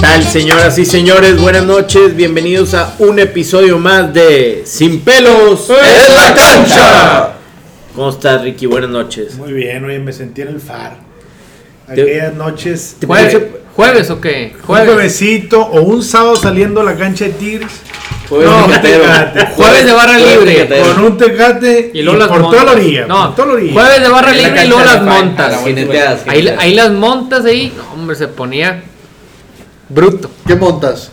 tal, señoras y señores? Buenas noches, bienvenidos a un episodio más de Sin pelos en la cancha. ¿Cómo estás, Ricky? Buenas noches. Muy bien, oye, me sentí en el FAR. Aquellas noches, Te- un ¿Jue- Eh, ¿Jueves o qué? Jueves. juevesito o un sábado saliendo a la cancha de Tigres Jueves No, picatero. fíjate. Jueves de barra Jueves libre. Eh. picatero. con un tecate Y luego las por montas. toda la orilla. No, por toda la orilla. Jueves de barra libre y luego las a la montas. vuelta. Jineteadas, Ahí, jineteadas. ahí las montas ahí. No, hombre, se ponía bruto. ¿Qué montas?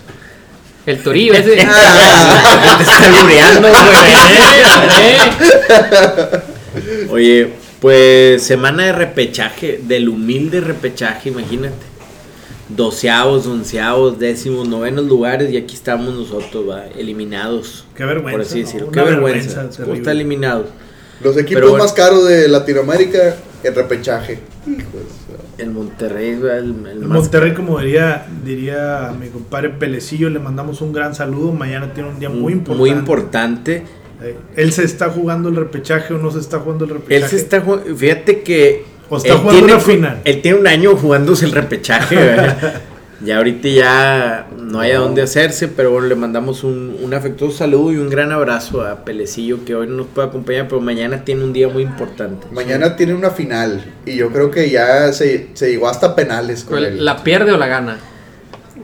El torillo ese. Ah, Te está albureando, güey. Oye, pues semana de repechaje, del humilde repechaje, imagínate. Doceavos, onceavos, décimos, novenos lugares y aquí estamos nosotros, va, eliminados. Qué vergüenza, Por así ¿no? decirlo. Una Qué vergüenza. vergüenza ¿Cómo terrible. está eliminados? Los equipos Pero bueno. más caros de Latinoamérica en repechaje. Hijo de su- El Monterrey, va, el, el El más- Monterrey, como diría, diría mi compadre Pelecillo, le mandamos un gran saludo. Mañana tiene un día muy importante. Mm, Muy importante. Eh, Él se está jugando el repechaje o no se está jugando el repechaje. Él se está jugando, fíjate que. O está él jugando tiene una cu- final. Él tiene un año jugándose el repechaje, ¿verdad? Ya ahorita ya no hay a dónde hacerse, pero bueno, le mandamos un, un afectuoso saludo y un gran abrazo a Pelecillo que hoy no nos puede acompañar, pero mañana tiene un día muy importante. Mañana tiene una final y yo creo que ya se, se llegó hasta penales con él. ¿La pierde o la gana?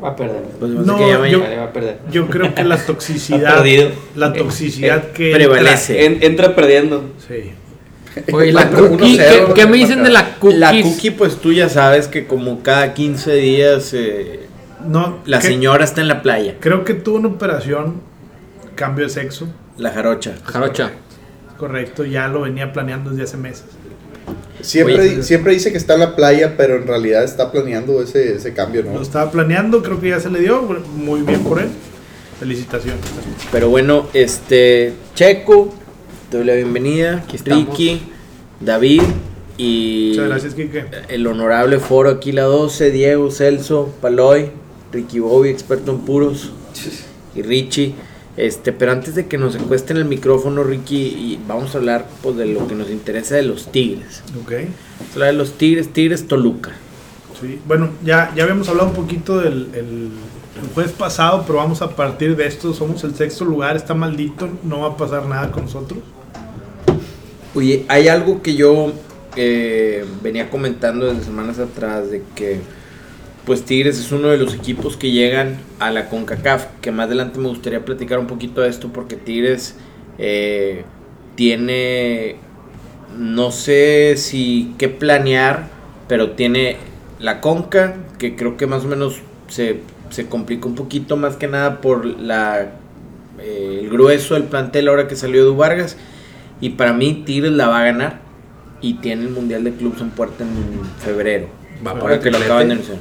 Va a perder. Pues no sé No, qué llama yo- ella. Vale, va a perder. Yo creo que la Está toxicidad, perdido. la toxicidad que prevalece. Sí. En- entra perdiendo. Sí. Oye, la Cuatro, uno, cookie. cero, ¿Qué, qué me dicen de la cookie? La cookie, pues tú ya sabes que como cada 15 días eh, No, la que- señora está en la playa, Creo que tuvo una operación, cambio de sexo, la jarocha. Jarocha. correcto, ya lo venía planeando desde hace meses. Siempre, Oye. pues, siempre dice que está en la playa, pero en realidad está planeando ese, ese cambio, Lo ¿no? estaba planeando, creo que ya se le dio, muy bien por él. Felicitaciones. Pero bueno, este Checo, te doy la bienvenida, estamos. Ricky, David y Muchas gracias, Kike. el honorable foro aquí la 12, Diego, Celso, Paloy, Ricky Bobby, experto en puros y Richie. Este, pero antes de que nos encuesten el micrófono, Ricky, y vamos a hablar pues, de lo que nos interesa de los Tigres. Ok. Vamos a hablar de los Tigres, Tigres Toluca. Sí, bueno, ya, ya habíamos hablado un poquito del el, el jueves pasado, pero vamos a partir de esto. Somos el sexto lugar, está maldito, no va a pasar nada con nosotros. Oye, hay algo que yo eh, venía comentando desde semanas atrás de que pues Tigres es uno de los equipos que llegan a la CONCACAF, que más adelante me gustaría platicar un poquito de esto porque Tigres eh, tiene, no sé si qué planear, pero tiene la CONCA, que creo que más o menos se, se complica un poquito más que nada por la, eh, el grueso del plantel ahora que salió Edu Vargas. Y para mí Tigres la va a ganar y tiene el Mundial de Clubes en puerta en febrero. Va por Ahora el que lo triplete. acaban de anunciar.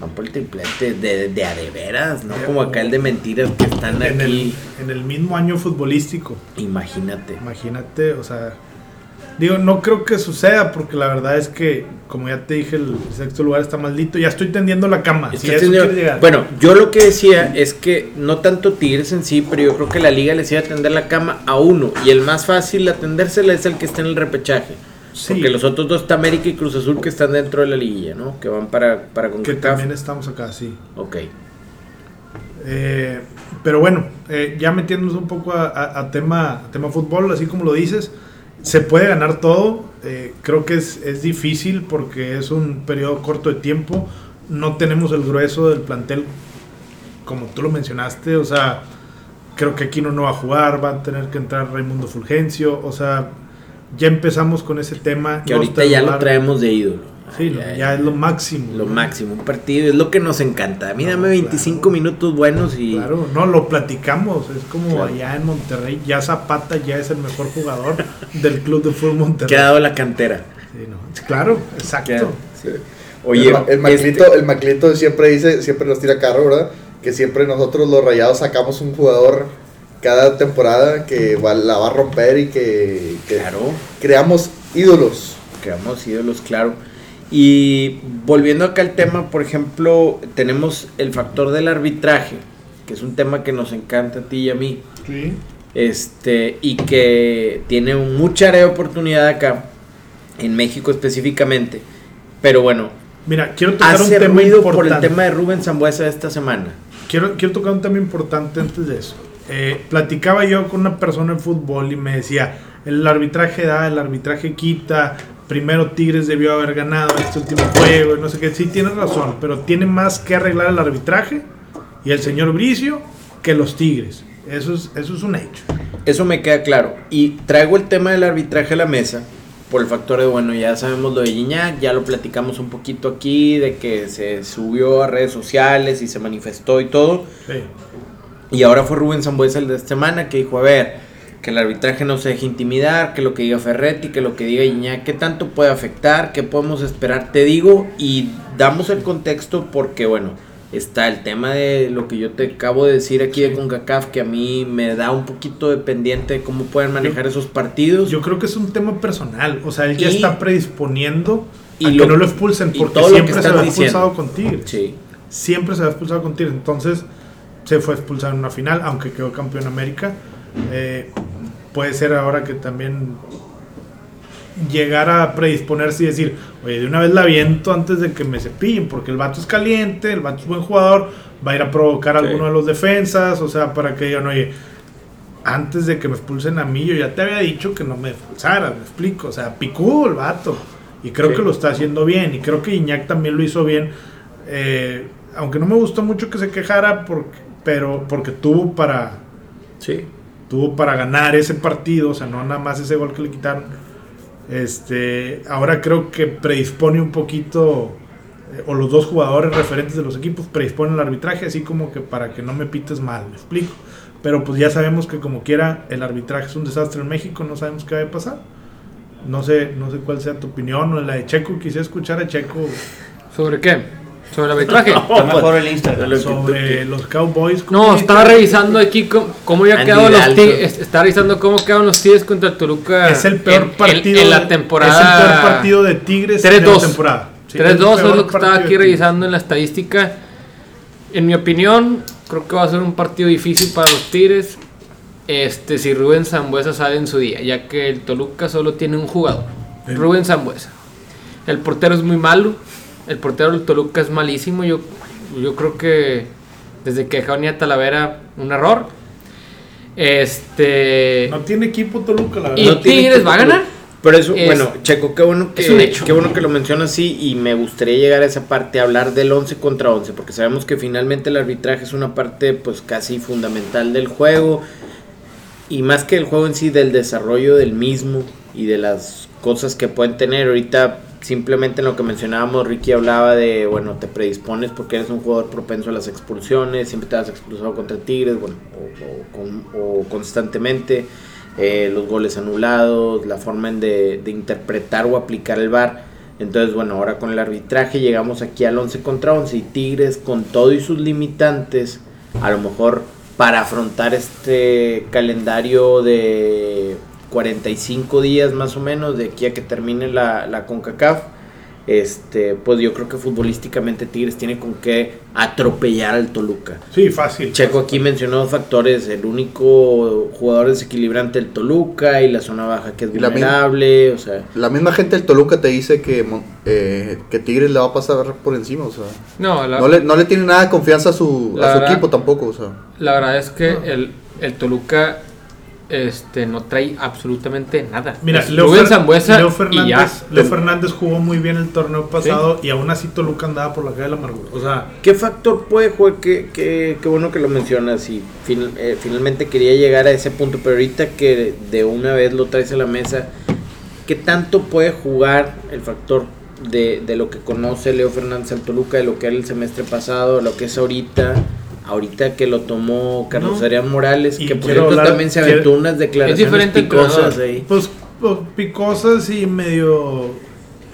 Van por el triplete de, de a de veras, ¿no? Como acá el de mentiras que están En el, aquí. en el mismo año futbolístico, Imagínate. imagínate, o sea, digo, no creo que suceda, porque la verdad es que, como ya te dije, el sexto lugar está maldito. Ya estoy tendiendo la cama. si a Estás eso teniendo- quieres llegar. este Bueno, yo lo que decía es que no tanto Tigres en sí, pero yo creo que la liga les iba a tender la cama a uno. Y el más fácil de atendérsela es el que está en el repechaje. Sí. Porque los otros dos está América y Cruz Azul que están dentro de la liguilla, ¿no? Que van para, para que CONCACAF. también estamos acá, sí. Ok. Eh, pero bueno, eh, ya metiéndonos un poco a, a- a tema, a tema fútbol, así como lo dices, se puede ganar todo. eh, creo que es, es difícil porque es un periodo corto de tiempo. No tenemos el grueso del plantel, como tú lo mencionaste. O sea, creo que Aquino no va a jugar, va a tener que entrar Raimundo Fulgencio. O sea, ya empezamos con ese tema. Que no ahorita está ya lo regular. traemos de ídolo. Sí, lo- ya es lo máximo. Lo ¿no? máximo, un partido es lo que nos encanta. Mí No, dame 25 claro. minutos buenos y. Claro, no, lo platicamos. Es como Claro. allá en Monterrey, ya Zapata ya es el mejor jugador del club de fútbol Que ha Monterrey. dado la cantera. Sí, no, Claro, exacto. Queda- sí. Oye, Oye, el, ma- el este- Maclito, el Maclito siempre dice, siempre nos tira carro, ¿verdad? Que siempre nosotros los rayados sacamos un jugador cada temporada que va- la va a romper y que, que claro, creamos ídolos. que hemos ídolos, claro. Y volviendo acá al tema, por ejemplo, tenemos el factor del arbitraje, que es un tema que nos encanta a ti y a mí. Sí. este y que tiene mucha área de oportunidad acá en México específicamente pero bueno Mira, quiero tocar un Hace tema ruido por el importante. tema de Rubén Zambuesa esta semana. Quiero, quiero tocar un tema importante antes de eso. Eh, platicaba yo con una persona en fútbol y me decía, el arbitraje da, el arbitraje quita, primero Tigres debió haber ganado este último juego, y no sé qué, sí tiene razón, pero tiene más que arreglar el arbitraje y el señor Bricio que los Tigres. Eso es, eso es un hecho. Eso me queda claro. Y traigo el tema del arbitraje a la mesa por el factor de, bueno, ya sabemos lo de Gignac, ya lo platicamos un poquito aquí, de que se subió a redes sociales y se manifestó y todo. Sí. Y ahora fue Rubén Zambuesa el de esta semana que dijo, a ver, que el arbitraje no se deje intimidar, que lo que diga Ferretti, que lo que diga Iñá, qué tanto puede afectar, qué podemos esperar, te digo, y damos el contexto porque, bueno, está el tema de lo que yo te acabo de decir aquí de CONCACAF, que a mí me da un poquito de pendiente de cómo pueden manejar esos partidos. Yo creo que es un tema personal, o sea, él ya Y- está predisponiendo y a lo- que no lo expulsen y porque todo lo que siempre se estás va diciendo. expulsado con Tigres. sí. siempre se ha expulsado con Tigres. Entonces se fue expulsado en una final, aunque quedó campeón América. Eh, puede ser ahora que también llegar a predisponerse y decir, oye, de una vez la viento antes de que me cepillen, porque el vato es caliente, el vato es buen jugador, va a ir a provocar a Sí. alguno de los defensas, o sea, para que digan, oye, antes de que me expulsen a mí, yo ya te había dicho que no me expulsaras, me explico, o sea, picudo el vato. Y creo Sí. que lo está haciendo bien, y creo que Iñak también lo hizo bien, eh, aunque no me gustó mucho que se quejara, porque, pero porque tuvo para, Sí. tuvo para ganar ese partido, o sea, no nada más ese gol que le quitaron. Este, ahora creo que predispone un poquito, eh, o los dos jugadores referentes de los equipos predisponen el arbitraje, así como que para que no me pites mal, me explico. Pero pues ya sabemos que como quiera, el arbitraje es un desastre en México, no sabemos qué va a pasar. No sé, no sé cuál sea tu opinión o la de Checo, quisiera escuchar a Checo ¿Sobre qué? ¿Sobre el arbitraje? Está mejor el Instagram. sobre los Cowboys. No, estaba revisando aquí cómo, cómo había Andy quedado los Dalton. Tigres. Estaba revisando cómo quedaron los Tigres contra el Toluca. Es el peor en- en- partido. En, de- la temporada. Es el peor partido de Tigres en la 3-2. temporada. Sí, es el 3-2 es peor lo que estaba partido de aquí Tigres. revisando en la estadística. En mi opinión, creo que va a ser un partido difícil para los Tigres. Este, si Rubén Zambuesa sale en su día, ya que el Toluca solo tiene un jugador, Sí. Rubén Zambuesa. El portero es muy malo, el portero del Toluca es malísimo. Yo, yo creo que desde que dejaron ir a Talavera, un error. Este, No tiene equipo Toluca, la Y verdad. tiene Tigres que- va a ganar. Pero eso, Es- bueno, Checo, qué bueno que es un hecho. qué bueno que lo mencionas así y me gustaría llegar a esa parte, hablar del 11 contra 11, porque sabemos que finalmente el arbitraje es una parte pues casi fundamental del juego y más que el juego en sí del desarrollo del mismo y de las cosas que pueden tener ahorita simplemente en lo que mencionábamos Ricky hablaba de bueno te predispones porque eres un jugador propenso a las expulsiones siempre te has expulsado contra Tigres bueno o, o con- o constantemente eh, los goles anulados la forma en de, de interpretar o aplicar el VAR entonces bueno ahora con el arbitraje llegamos aquí al 11 contra 11 y Tigres con todo y sus limitantes a lo mejor para afrontar este calendario de 45 días más o menos de aquí a que termine la, la CONCACAF, este, pues yo creo que futbolísticamente Tigres tiene con qué atropellar al Toluca. Sí, fácil. Checo aquí mencionó dos factores, el único jugador desequilibrante el Toluca y la zona baja que es Y la min- vulnerable, o sea, La misma gente del Toluca te dice que, Mon- eh, que Tigres le va a pasar por encima, o sea. no, la, No le, no le tiene nada de confianza a su, La a su verdad- equipo tampoco, o sea. La verdad es Ah. que el, el Toluca este, no trae absolutamente nada. Mira, Es Leo, Rubén Fer- Sambuesa Leo y ya. Fernández, Leo Fernández jugó muy bien el torneo pasado y aún así Toluca andaba por la calle de la amargura. O sea, ¿Qué factor puede jugar? Qué, qué- qué bueno que lo mencionas y fin- eh, finalmente quería llegar a ese punto, pero ahorita que de una vez lo traes a la mesa, ¿qué tanto puede jugar el factor de, de lo que conoce Leo Fernández al Toluca, de lo que era el semestre pasado, de lo que es ahorita? Ahorita que lo tomó Carlos No. Adrián Morales, Y que por quiero cierto hablar- también se quiero- aventó unas declaraciones diferente picosas entrenador. ahí. pues, pues, picosas y medio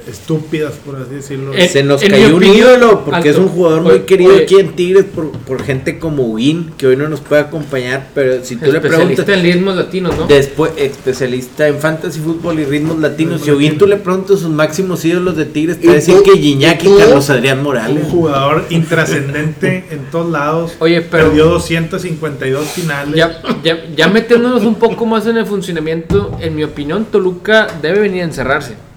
estúpidas, por así decirlo. Eh, Se nos en mi cayó un opinión, ídolo porque alto. es un jugador muy Oye, querido oye. aquí en Tigres por, por gente como Win, que hoy no nos puede acompañar, pero si tú le especialista preguntas, en ritmos latinos, ¿no? después especialista en fantasy fútbol y ritmos latinos, Ritmos si Win latinos. tú le preguntas sus máximos ídolos de Tigres, te ¿Y va a decir tú? que Gignac ¿Y y tú? Carlos Adrián Morales. un jugador intrascendente en todos lados. Oye, pero- Perdió 252 finales. Ya, ya, ya metiéndonos un poco más en el funcionamiento, en mi opinión, Toluca debe venir a encerrarse.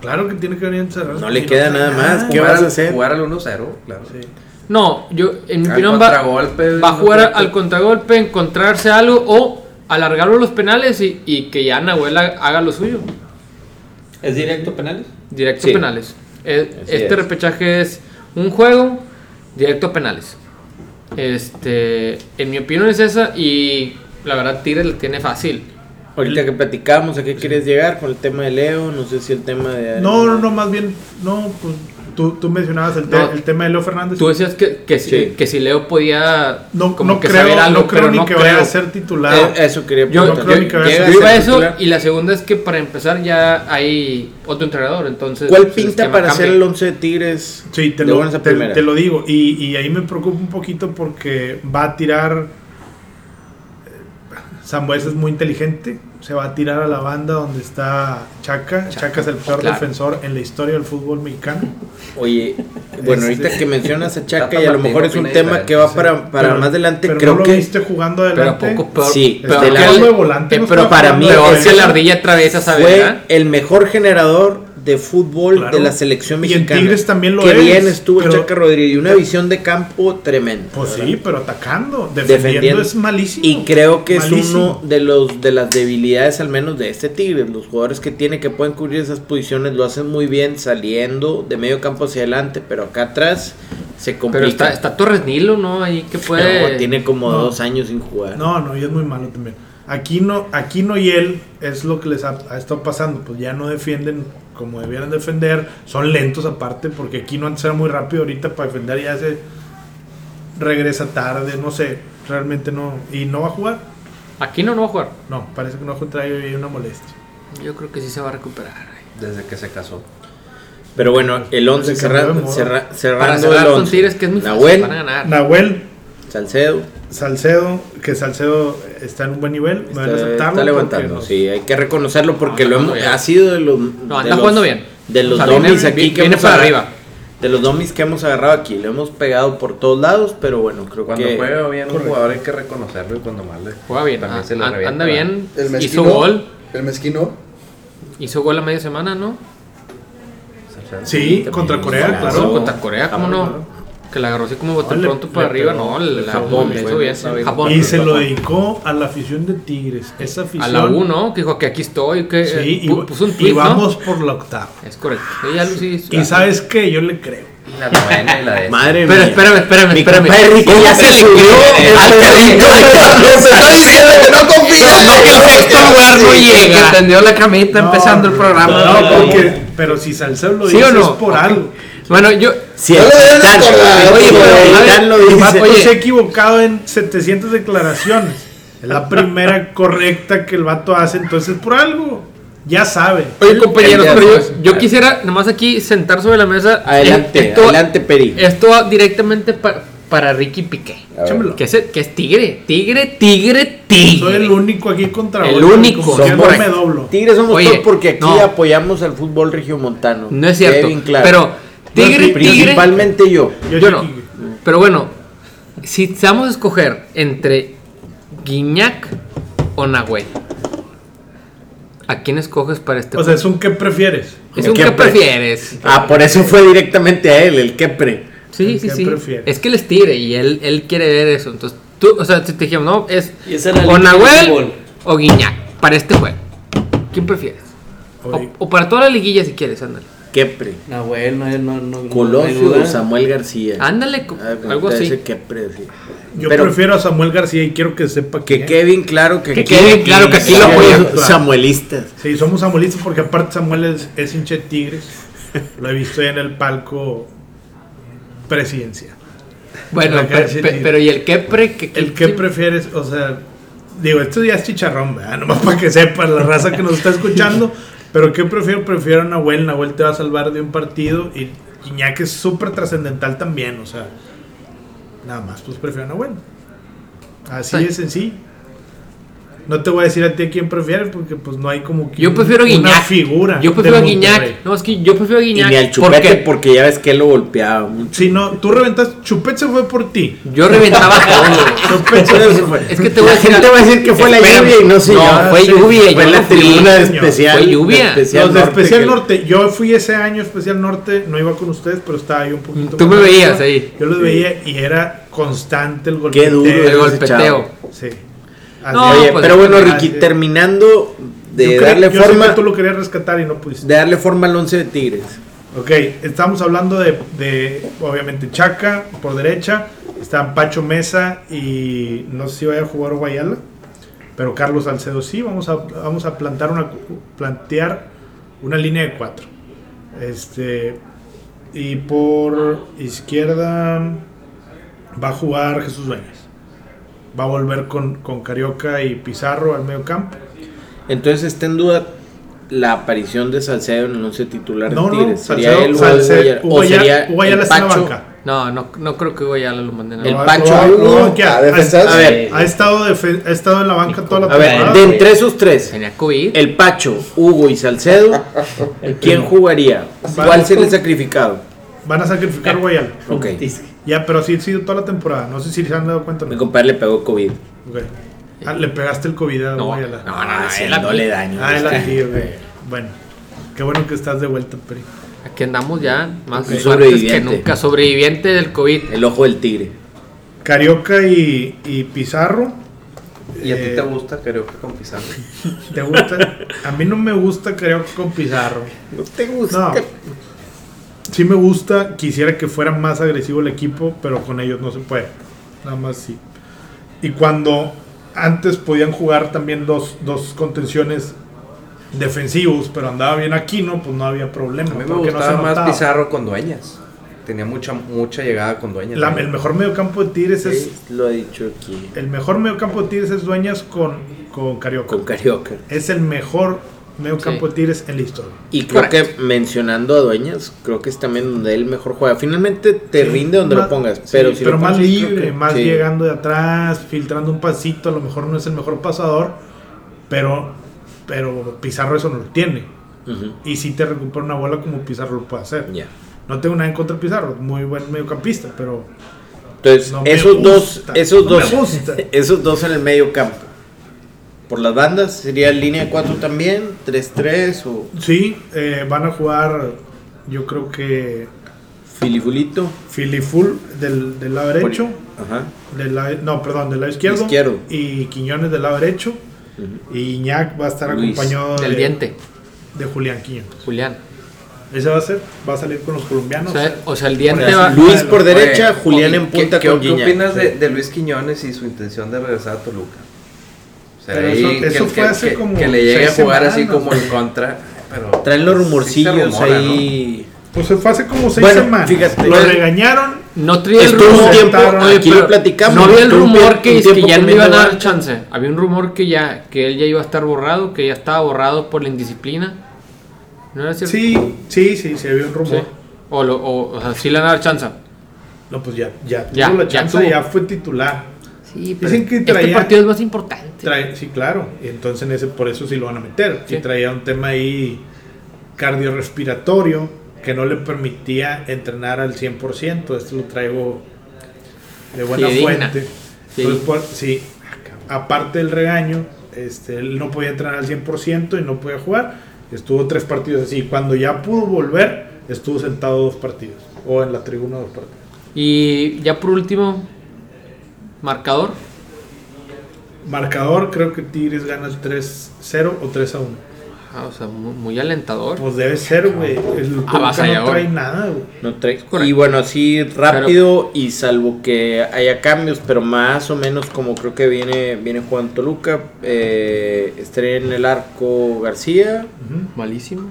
Claro que tiene que venir Encerrado. No le queda nada más. ¿Qué jugar vas al- a hacer? Jugar al 1-0, claro. Sí. No, yo, en mi Al opinión, va, contragolpe, va a no jugar creo que- al contragolpe, encontrarse algo o alargarlo a los penales y, y que ya Nahuel ha- haga lo suyo. ¿Es directo penales? Directo Sí. a penales. E- Así Este es. repechaje es un juego, directo a penales. Este, en mi opinión es esa y la verdad Tigres la tiene fácil. Ahorita que platicamos, ¿a qué quieres llegar con el tema de Leo? No sé si el tema de... Eh, No, no, no, más bien, no, pues tú, tú mencionabas el, te- No. el tema de Leo Fernández. Tú decías que, que, si, Sí. que si Leo podía no, como no que creo, saber algo, no creo pero ni no que creo. vaya a ser titular. Eh, eso quería Yo- preguntar. yo- yo Llega Yo a iba a ser eso titular. y la segunda es que para empezar ya hay otro entrenador, entonces... pues, ¿Cuál el pinta esquema para cambia. ser el 11 de Tigres? Sí, te de lo, buenas a te- primeras? te lo digo. Y, y ahí me preocupa un poquito porque va a tirar. eh, Zambuesa es muy inteligente. Se va a tirar a la banda donde está Chaca. Chaca, es el peor claro. defensor en la historia del fútbol mexicano. Oye, bueno, Este- ahorita que mencionas a Chaca Tata y a lo Martino mejor es un opina tema diferente, que va sí. para, para Pero- más adelante, pero creo no lo que... viste jugando Pero a adelante. poco peor, Sí, peor de que la- el- de volante, eh, no pero estaba para mí jugando de es que defensa. la ardilla atraviesa esa Fue verga. el mejor generador de fútbol Claro. de la selección Y en mexicana. Tigres también lo Qué es, bien estuvo el pero- eh, Chaca Rodríguez y una visión de campo tremenda. Pues ¿verdad? sí, pero atacando. Defendiendo, Defendiendo. es malísimo. Y creo que es Malísimo. uno de los de las debilidades al menos de este Tigres. Los jugadores que tiene que pueden cubrir esas posiciones lo hacen muy bien saliendo de medio campo hacia adelante, pero acá atrás se complica. Pero está, está Torres Nilo, ¿no? Ahí que puede... No, tiene como No. dos años sin jugar. No, no, y es muy malo también. Aquino, Aquino y él es lo que les ha, ha estado pasando. Pues ya no defienden como debieran defender. Son lentos aparte, porque Aquino antes era muy rápido. Ahorita para defender ya se regresa tarde. No sé, realmente no. ¿Y no va a jugar? Aquí no, no va a jugar. No, parece que no va a jugar. Hay una molestia. Yo creo que sí se va a recuperar. Desde que se casó. Pero bueno, el 11 Se cambió de cerrando moda. Para cerrando el cerrar con 11. Tigres, que es muy fácil, Nahuel, van a ganar. Nahuel, Salcedo Salcedo, que Salcedo está en un buen nivel. me está, van a aceptarlo está porque levantando. nos- Sí, hay que reconocerlo porque No, lo anda hemos, jugando ha sido de los de anda los- jugando bien. De los O sea, viene- domis aquí viene que hemos para agarrado- arriba. De los domis que hemos agarrado aquí, lo hemos pegado por todos lados, pero bueno, creo Cuando que juega bien un Correcto. jugador hay que reconocerlo y cuando mal le- Juega bien, también ah, se le an- revienta, anda ¿verdad? bien. El Hizo mezquino. gol, El mezquino. hizo gol a media semana, ¿no? Salcedo. Sí, contra Corea, Golazo. claro. Contra Corea, ¿cómo no? Que la agarró así como bote No, le- pronto para le arriba, pegó, no, la, le la- pegó, le le hizo bien. Japón. Y se lo dedicó a la afición de Tigres. Esa afición. A la U, ¿no? Que dijo que aquí estoy, que Sí, eh, y, pu- puso un y tweet, vamos por la octava. Es correcto. Ella lo sí. Y sabes qué, yo le creo. Y la novena y la décima. Madre Pero mía. espérame, espérame, espérame. compadre Ricky ya se subió al territorio Se está diciendo que no confía. que tendió la camita empezando el programa. No, porque, pero si Salcedo lo ¿Sí dice o no? es por algo. Bueno, yo. Sí, No el lo deben Titán. recordar, Oye, pero porque el el Titán Titán lo El dice. vato se ha equivocado en 700 declaraciones. Es la primera correcta que el vato hace, entonces es por algo. Ya sabe. Oye, compañeros, ya pero pues. sabes. yo, yo quisiera nomás aquí sentar sobre la mesa. eh, Adelante, esto- adelante, Peri. Esto va directamente pa- para Ricky Piqué. A ver. Échamelo. Que es, el- que es tigre, tigre, tigre, tigre. Soy el único aquí contra El otro, único. como que Somos- no me doblo. Tigres somos Oye, todos porque aquí no. apoyamos al fútbol regiomontano. No es cierto. Quede bien claro. Pero tigre, Pri- tigre. Principalmente yo. Yo soy Yo no. Tigre. Pero bueno, si estamos a escoger entre Guiñac o Nahuel, ¿a quién escoges para este O sea, es un que prefieres. Es un ¿Qué que pre- prefieres. Ah, por eso fue directamente a él, el Kepre. Sí, ¿El sí, qué sí. prefieres? Es que él es tigre y él, él quiere ver eso. Entonces, tú, o sea, si te dijimos, no, es Y esa era la o línea del Nahuel fútbol. o Guiñac para este juego. ¿Quién prefieres? O, Oye, o para toda la liguilla si quieres, ándale. Kepre. Nahuel, no, no, no. no hay Colosio duda. o Samuel García. Ándale, co- Ah, pues, bueno, algo así. ese Kepre, sí. Yo Pero prefiero a Samuel García y quiero que sepa que que. quede bien claro que, Que quede bien claro que aquí lo apoyamos. Samuelistas. Sí, somos samuelistas porque aparte Samuel es, es hinche de Tigres. Lo he visto ahí en el palco presidencia. Bueno, La pero, canción pe- tigre. pero ¿y el Kepre? ¿Qué- El que qué- prefieres, o sea, digo, esto ya es chicharrón, ¿verdad? Nomás para que sepas la raza que nos está escuchando. Pero ¿qué prefiero? Prefiero a Nahuel. Nahuel te va a salvar de un partido y Iñak es súper trascendental también, o sea, nada más, pues prefiero a Nahuel. Así Sí. es en sí. No te voy a decir a ti a quién prefieres porque pues no hay como que Yo un- prefiero una Guiñac. figura. Yo prefiero a del Guiñac. Monterrey. No, es que yo prefiero a Y Guiñac. ni al porque chupete, porque ya ves que él lo golpeaba mucho. Si no, tú reventas, Chupet se fue por ti. Yo reventaba todo. Chupet se fue por ti. Es que te voy a decir. La gente va a decir que fue la Espérame. lluvia y no sé No, yo. fue Sí, lluvia, Fue yo la no fui. tribuna de Señor, especial. fue lluvia. de especial Los de norte, Especial que- Norte, yo fui ese año a Especial Norte, no iba con ustedes, pero estaba ahí un poquito. Tú más me arriba. veías ahí. Yo los veía y era constante el golpe. Qué duro. El ese golpeteo. Sí. No, Oye, pues, pero bueno, gracias. Ricky, terminando de ah, Yo creo- darle yo sé forma que tú lo querías rescatar y no pudiste. de darle forma al once de Tigres. Ok, estamos hablando de, de, obviamente Chaca por derecha, están Pacho Mesa y no sé si vaya a jugar Guayala, pero Carlos Salcedo sí, vamos a, vamos a plantar una, plantear una línea de cuatro. Este, y por izquierda va a jugar Jesús Dueñas. Va a volver con, con Carioca y Pizarro al medio campo. Entonces está en duda la aparición de Salcedo en el once titular No, de no, Tigres. Salcedo, él o Salcedo, Hugo Ayala? O sería Hugo Ayala el está en la Pacho? banca. No, no, no creo que voy a lo manden a El la- Lo va- Pacho lo va- lo va a banquear. Ah, defensas. A ver, Ha estado, defe- ha estado en la banca toda la A ver, temporada. de entre esos tres, Tenía COVID. el Pacho, Hugo y Salcedo, ¿quién jugaría? ¿Cuál sería el sacrificado? Van a sacrificar Guayala. Ok. Ya, pero sí ha sido toda la temporada. No sé si se han dado cuenta. Mi ¿no? compadre le pegó COVID. Ok. Ah, le pegaste el COVID a No, Guayala. no, no, haciéndole daño. ah, el Este, antigo, güey. Bueno, qué bueno que estás de vuelta, Peri. Aquí andamos ya más Un fuertes que sobreviviente. nunca. Sobreviviente del COVID. El ojo del tigre. Carioca y, y Pizarro. ¿Y a ti Eh, te gusta Carioca con Pizarro? ¿Te gusta? a mí no me gusta Carioca con Pizarro. No te No. Sí me gusta, quisiera que fuera más agresivo el equipo, pero con ellos no se puede. Nada más sí. Y cuando antes podían jugar también dos, dos contenciones defensivos, pero andaba bien Aquino, pues no había problema. A mí me porque no se gustaba más notaba. Pizarro con dueñas. Tenía mucha, mucha llegada con dueñas. La- el mejor mediocampo de Tigres es Lo ha dicho aquí. el mejor mediocampo de Tigres es Dueñas con con Carioca. Con Carioca. es el mejor mediocampo Sí. de Tigres en la historia. Y creo Correcto. que mencionando a Dueñas, creo que es también donde él mejor juega. Finalmente te Sí, rinde donde ma- lo pongas. sí, Pero, si lo más pones, creo libre, que- más sí. llegando de atrás, filtrando un pasito, a lo mejor no es el mejor pasador, pero, pero Pizarro eso no lo tiene. Ujú, Y si te recupera una bola como Pizarro lo puede hacer. ya. No tengo nada en contra de Pizarro, muy buen mediocampista, pero Entonces, No me esos dos, gusta, esos no me dos, gusta. esos dos en el medio campo. Por las bandas sería línea 4 también, 3-3 o sí, eh, van a jugar, yo creo que filifulito. Filiful del, del lado derecho, Ajá. del lado- no, perdón, del lado izquierdo, Izquierdo. y Quiñones del lado derecho, y Iñak va a estar Luis, acompañado Del de- diente, de Julián Quiñones. Julián. Ese va a ser, va a salir con los O colombianos. sea, o sea, el diente Por va. eso- Luis Bueno, por derecha, Oye, Julián ¿qué- en punta qué, con ¿Qué Gignac. opinas de, de Luis Quiñones y su intención de regresar a Toluca? O sea, Pero ahí eso- eso fue hace que- como que le llegue a seis jugar así semanas, como el contra. Pero pues, Traen los sí se rumorcillos rumora, ahí. Pues se fue hace como seis Bueno, semanas. fíjate. lo regañaron. No traía el Estuvo un rumor. tiempo, Oye, aquí pero lo platicamos, No había el estuvo un rumor tiempo- que, un es que tiempo ya no le iban a dar comiendo chance. Había un rumor que ya que él ya iba a estar borrado, que ya estaba borrado por la indisciplina. ¿No era cierto? Sí, sí, sí, se vio un Sí. rumor. O, lo- o, o sea, sí le van a dar chance. No, pues ya, ya, Ya, tuvo la ya chance, tuvo. ya fue titular. Sí, pero Dicen que este traía- partido es más importante. Trae- sí, claro. Y entonces en ese, por eso sí lo van a meter. Sí. Y traía un tema ahí cardiorrespiratorio que no le permitía entrenar al 100%. Esto lo traigo de buena Fidedigna. fuente. Sí. Entonces, por- sí, aparte del regaño, este, él no podía entrenar al 100% y no podía jugar. Estuvo tres partidos así. Cuando ya pudo volver, estuvo sentado dos partidos. O en la tribuna dos partidos. Y ya por último, marcador. Marcador, creo que Tigres gana el 3-0 o 3-1. Ah, o sea, muy, muy alentador. Pues debe ser, güey. El Toluca no Avasallador. trae nada, güey. No trae- Correcto. Y bueno, así rápido y salvo que haya cambios, pero más o menos como creo que viene, viene Juan Toluca, eh, estaría en el arco García, Malísimo.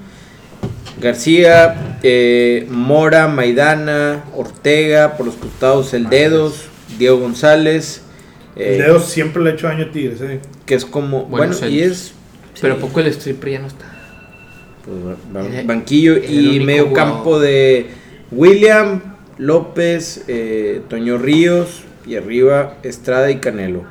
García, eh, Mora, Maidana, Ortega, por los costados el Dedos, Diego González, eh, El dedo siempre le ha hecho daño a Tigres, eh. que es como, bueno, Buenos y años. es Pero a poco el stripper ya no está. pues, ba- ba- Era- banquillo era el y único medio campo jugador. de William, López, eh, Toño Ríos y arriba Estrada y Canelo.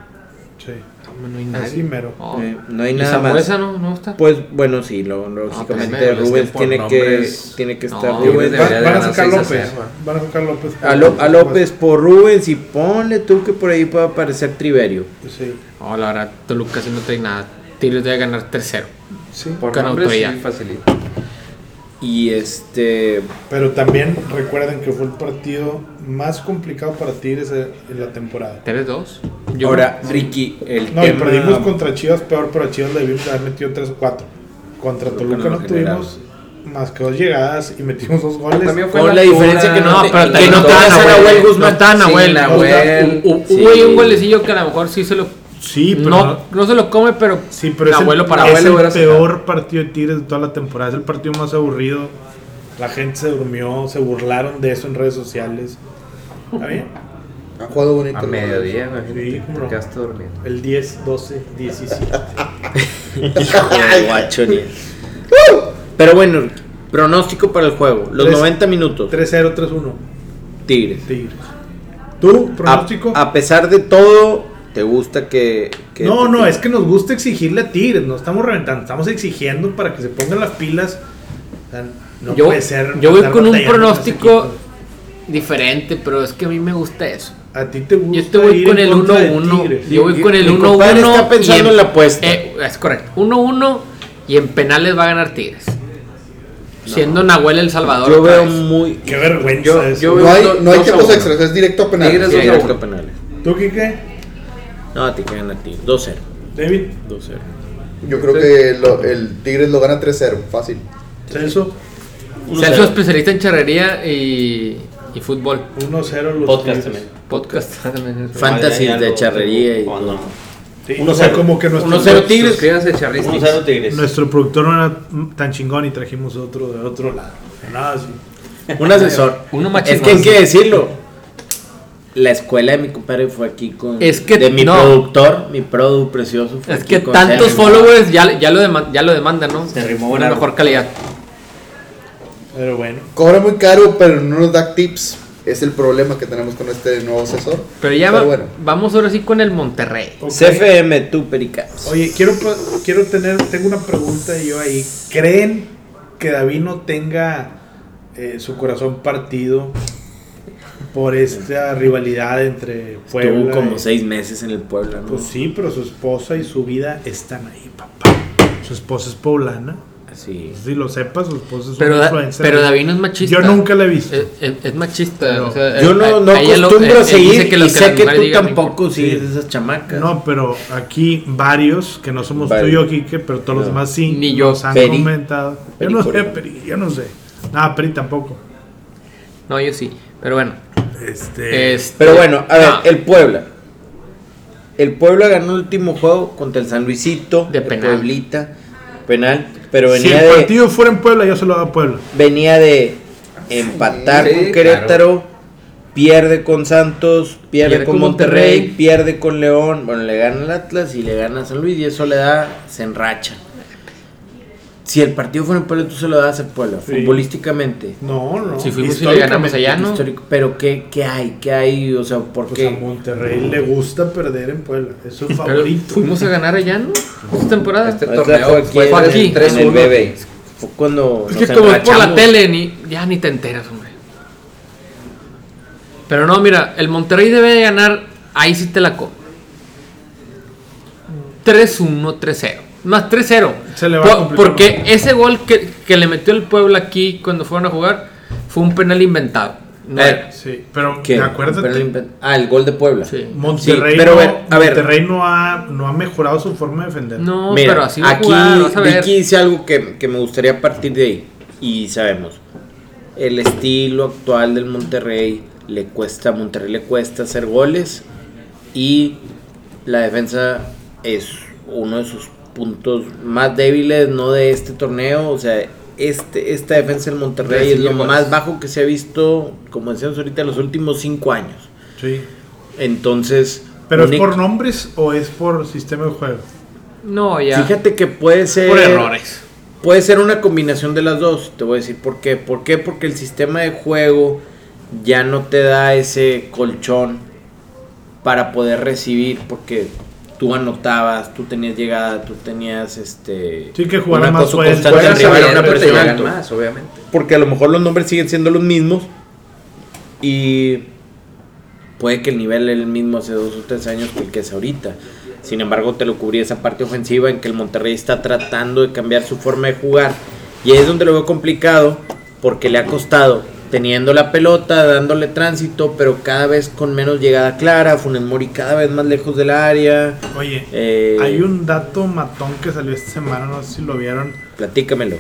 Sí. hombre, no hay nadie. Así mero. Oh. Eh, no hay ¿Y nada más. Samuesa no, no está? Pues bueno, sí, lo, lógicamente pero es que Rubens por tiene que, nombres- tiene que No, estar Rubens Rubens. Va- debería de van a ganar sacar 6 a López. 0. Van a sacar López. A, Lo- a López por Rubens y ponle tú que por ahí pueda aparecer Triverio. Pues Sí. No, la verdad, Toluca sí no trae nada. Tigres debe ganar tercero. Sí. Por Con nombres sí, autoridad. facilito. Y este. Pero también recuerden que fue el partido más complicado para Tigres eh, en la temporada. 3-2. ahora, Ricky, el No, y tema. perdimos contra Chivas peor, pero a Chivas le debimos haber metido 3 o 4. Contra Toluca Toluca no no generaba. tuvimos más que dos llegadas y metimos dos goles. También fue Con la altura, diferencia que No, te- pero te que no mató te vas a Nahuel, Nahuel no- Guzmán, está sí, Nahuel. Nahuel. Hu- hu- Hubo ahí Sí. un golecillo que a lo mejor sí se lo. Sí, pero no, no- no, se lo come, pero. Sí, pero es el, Nahuel lo para es Nahuel el lo hubiera sacado. peor partido de Tigres de toda la temporada. Es el partido más aburrido. La gente se durmió, se burlaron de eso en redes sociales. ¿Está bien? Han jugado bonito. A ¿no? mediodía, Sí, imagínate. cómo no. Te quedaste dormido. El 10, 12, 17. Hijo de guacho, ni- Pero bueno, Ricky, pronóstico para el juego: los Uh. Tres- 90 minutos. 3-0, 3-1. Tigres. Tigres. ¿Tú, Uh, pronóstico? Ah, A, a pesar de todo, ¿te gusta que.? que no, te- no, es que nos gusta exigirle a Tigres. No estamos reventando, estamos exigiendo para que se pongan las pilas. O sea, no yo, puede ser. yo voy andar con un batallando con los pronóstico equipos. diferente, pero es que a mí me gusta eso. A ti te gusta. Yo te voy ir con en el contra de 1-1. Tigres. Yo voy con el Mi 1-1. compadre está y pensando en la apuesta. eh, es correcto. 1-1 y en penales va a ganar Tigres. Siendo Nahuel El Salvador. Yo otra veo vez. muy. Qué vergüenza. Yo- eso. yo- No hay, Dos- no hay dos a tiempos uno. extras, es directo a penal. Tigres Sí, dos a directo uno. a penales. ¿Tú, Kike? No, te quedan a ti. 2-0. David, 2-0. Yo creo que lo- el Tigres lo gana 3-0, fácil. Celso, Celso es especialista en charrería y, y fútbol. 1-0 los Podcast Tigres. también. Podcast Ah, también es- Fantasy Mañana de lo- charrería y. o no. Sí, 1-0. o sea, como que nuestro, 1-0 Tigres. Suscríbanse, charlistas. 1-0 Tigres. nuestro productor no era tan chingón y trajimos otro de otro lado. Nada, sí. Un asesor. Uno más es que hay chingón. que decirlo. La escuela de mi compadre fue aquí con. Es que de mi no. productor, mi produ precioso. fue Es aquí que con tantos Sergio. followers ya, ya, lo deman- ya lo demandan, ¿no? Se rimó Una bravo. mejor calidad. Pero bueno. Cobra muy caro, pero no nos da tips. Es el problema que tenemos con este nuevo asesor. Pero ya va- bueno. vamos ahora sí con el Monterrey. ok. CFM, tú, Pericas. Oye, quiero, pa- quiero tener, tengo una pregunta yo ahí. ¿Creen que Davino tenga eh, su corazón partido por esta rivalidad entre Puebla? Estuvo como y- seis meses en el pueblo, ¿no? Pues sí, pero su esposa y su vida están ahí, papá. Su esposa es poblana. Sí. Si lo sepas, su esposa es Pero, una Da- influencer. pero David no es machista. Yo nunca la he visto. Es, es- es machista. o sea, eh, Yo él- no, a- no a ella lo- eh, acostumbro él- a él dice seguir y lo sé la que mujer tú diga me tampoco importa. sigues esas chamacas. No, pero aquí varios, que no somos Varios. tú y yo, Quique, pero todos los No. demás sí, Ni yo. nos han Peri. comentado. Yo Peri, no sé, Peri. Peri, yo no sé. Nada, Peri tampoco. No, yo sí. Pero bueno. Este, este- Pero bueno, a ver, Ah, el Puebla. El Puebla ganó el último juego contra el San Luisito. De el penal. Pueblita. Penal. Pero si venía el de. partido fuera en Puebla, yo se lo daba a Puebla. venía de empatar Sí, con claro. Querétaro, pierde con Santos, pierde, Pierde con, con Monterrey, Monterrey. pierde con León, bueno, le gana el Atlas y le gana a San Luis y eso le da, se enracha. Si el partido fuera en Puebla, tú se lo das a Puebla, Sí. futbolísticamente. No, no. Si fuimos y le ganamos allá, ¿no? Histórico, pero ¿qué, qué hay? ¿Qué hay? O sea, ¿por Pues a qué? Monterrey le gusta perder en Puebla. Es su pero favorito. fuimos a ganar allá, ¿no? Esta temporada. Este Ahorita torneo fue aquí, en fue el- aquí. 3 en el BB. Fue cuando Pues es nos que como es por la enrachamos. tele, ni, ya ni te enteras, hombre. Pero no, mira, el Monterrey debe de ganar. Ahí sí te la co. 3-1, 3-0. Más 3-0. Se le va Po- a complicar. porque ese gol que, que le metió el pueblo aquí cuando fueron a jugar fue un penal inventado. No Eh, era. Sí, pero ¿Qué? Pero el acuérdate, invent- Ah, el gol de Puebla. Sí. Monterrey, Sí, pero a no, ver, a ver. Monterrey no, ha, no ha mejorado su forma de defender. No, Mira, pero así va a aquí jugar, vas a ver. Vicky dice algo que, que me gustaría partir de ahí. Y sabemos, el estilo actual del Monterrey le cuesta, a Monterrey le cuesta hacer goles y la defensa es uno de sus puntos más débiles, no de este torneo, o sea, este, esta defensa del Monterrey es Recibió lo goles. más bajo que se ha visto, como decíamos ahorita, en los últimos cinco años. Sí. Entonces, ¿Pero un es e- por nombres o es por sistema de juego? No, ya. fíjate que puede ser por errores. Puede ser una combinación de las dos, te voy a decir por qué. ¿Por qué? Porque el sistema de juego ya no te da ese colchón para poder recibir, porque tú anotabas, tú tenías llegada, tú tenías este. Sí, que jugara una más cosa Joel. constante Juegas arriba de Obviamente otra te presión. llegan más, obviamente. Porque a lo mejor los nombres siguen siendo los mismos. Y puede que el nivel es el mismo hace dos o tres años que el que es ahorita. Sin embargo, te lo cubría esa parte ofensiva en que el Monterrey está tratando de cambiar su forma de jugar. Y ahí es donde lo veo complicado porque le ha costado teniendo la pelota, dándole tránsito, pero cada vez con menos llegada clara. Funes Mori cada vez más lejos del área. Oye, Eh, hay un dato matón que salió esta semana, no sé si lo vieron. Platícamelo.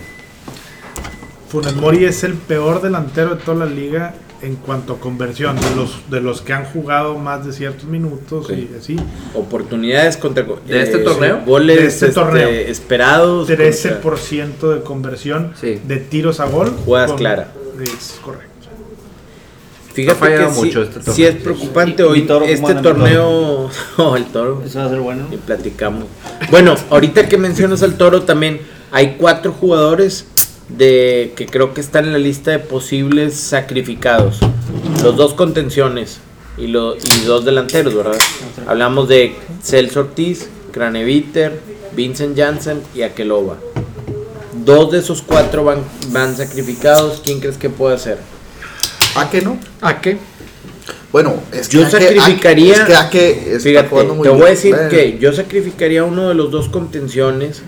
Funes Mori es el peor delantero de toda la liga en cuanto a conversión, de los, de los que han jugado más de ciertos minutos Sí. y así. Oportunidades contra. eh, ¿De este torneo? Goles De este este, torneo. esperados. contra- 13% de conversión Sí. de tiros a gol. Jugadas clara. Es correcto. Fíjate Ha fallado que mucho sí, este torneo. sí es preocupante hoy Y- y Toro, ¿cómo este anda mi Toro? torneo. Oh, el toro. Eso va a ser bueno. Y platicamos. Bueno, ahorita que mencionas al toro también, hay cuatro jugadores de que creo que están en la lista de posibles sacrificados. Los dos contenciones y, lo- y dos delanteros, ¿verdad? Hablamos de Celso Ortiz, Craneviter, Vincent Janssen y Akeloba. Dos de esos cuatro van, van sacrificados. ¿Quién crees que puede ser? ¿A qué no? ¿A qué? Bueno, es Yo que Ake- sacrificaría- Ake- Es que Ake está Fíjate, jugando muy te voy a bien. decir Bueno, que yo sacrificaría uno de los dos contenciones.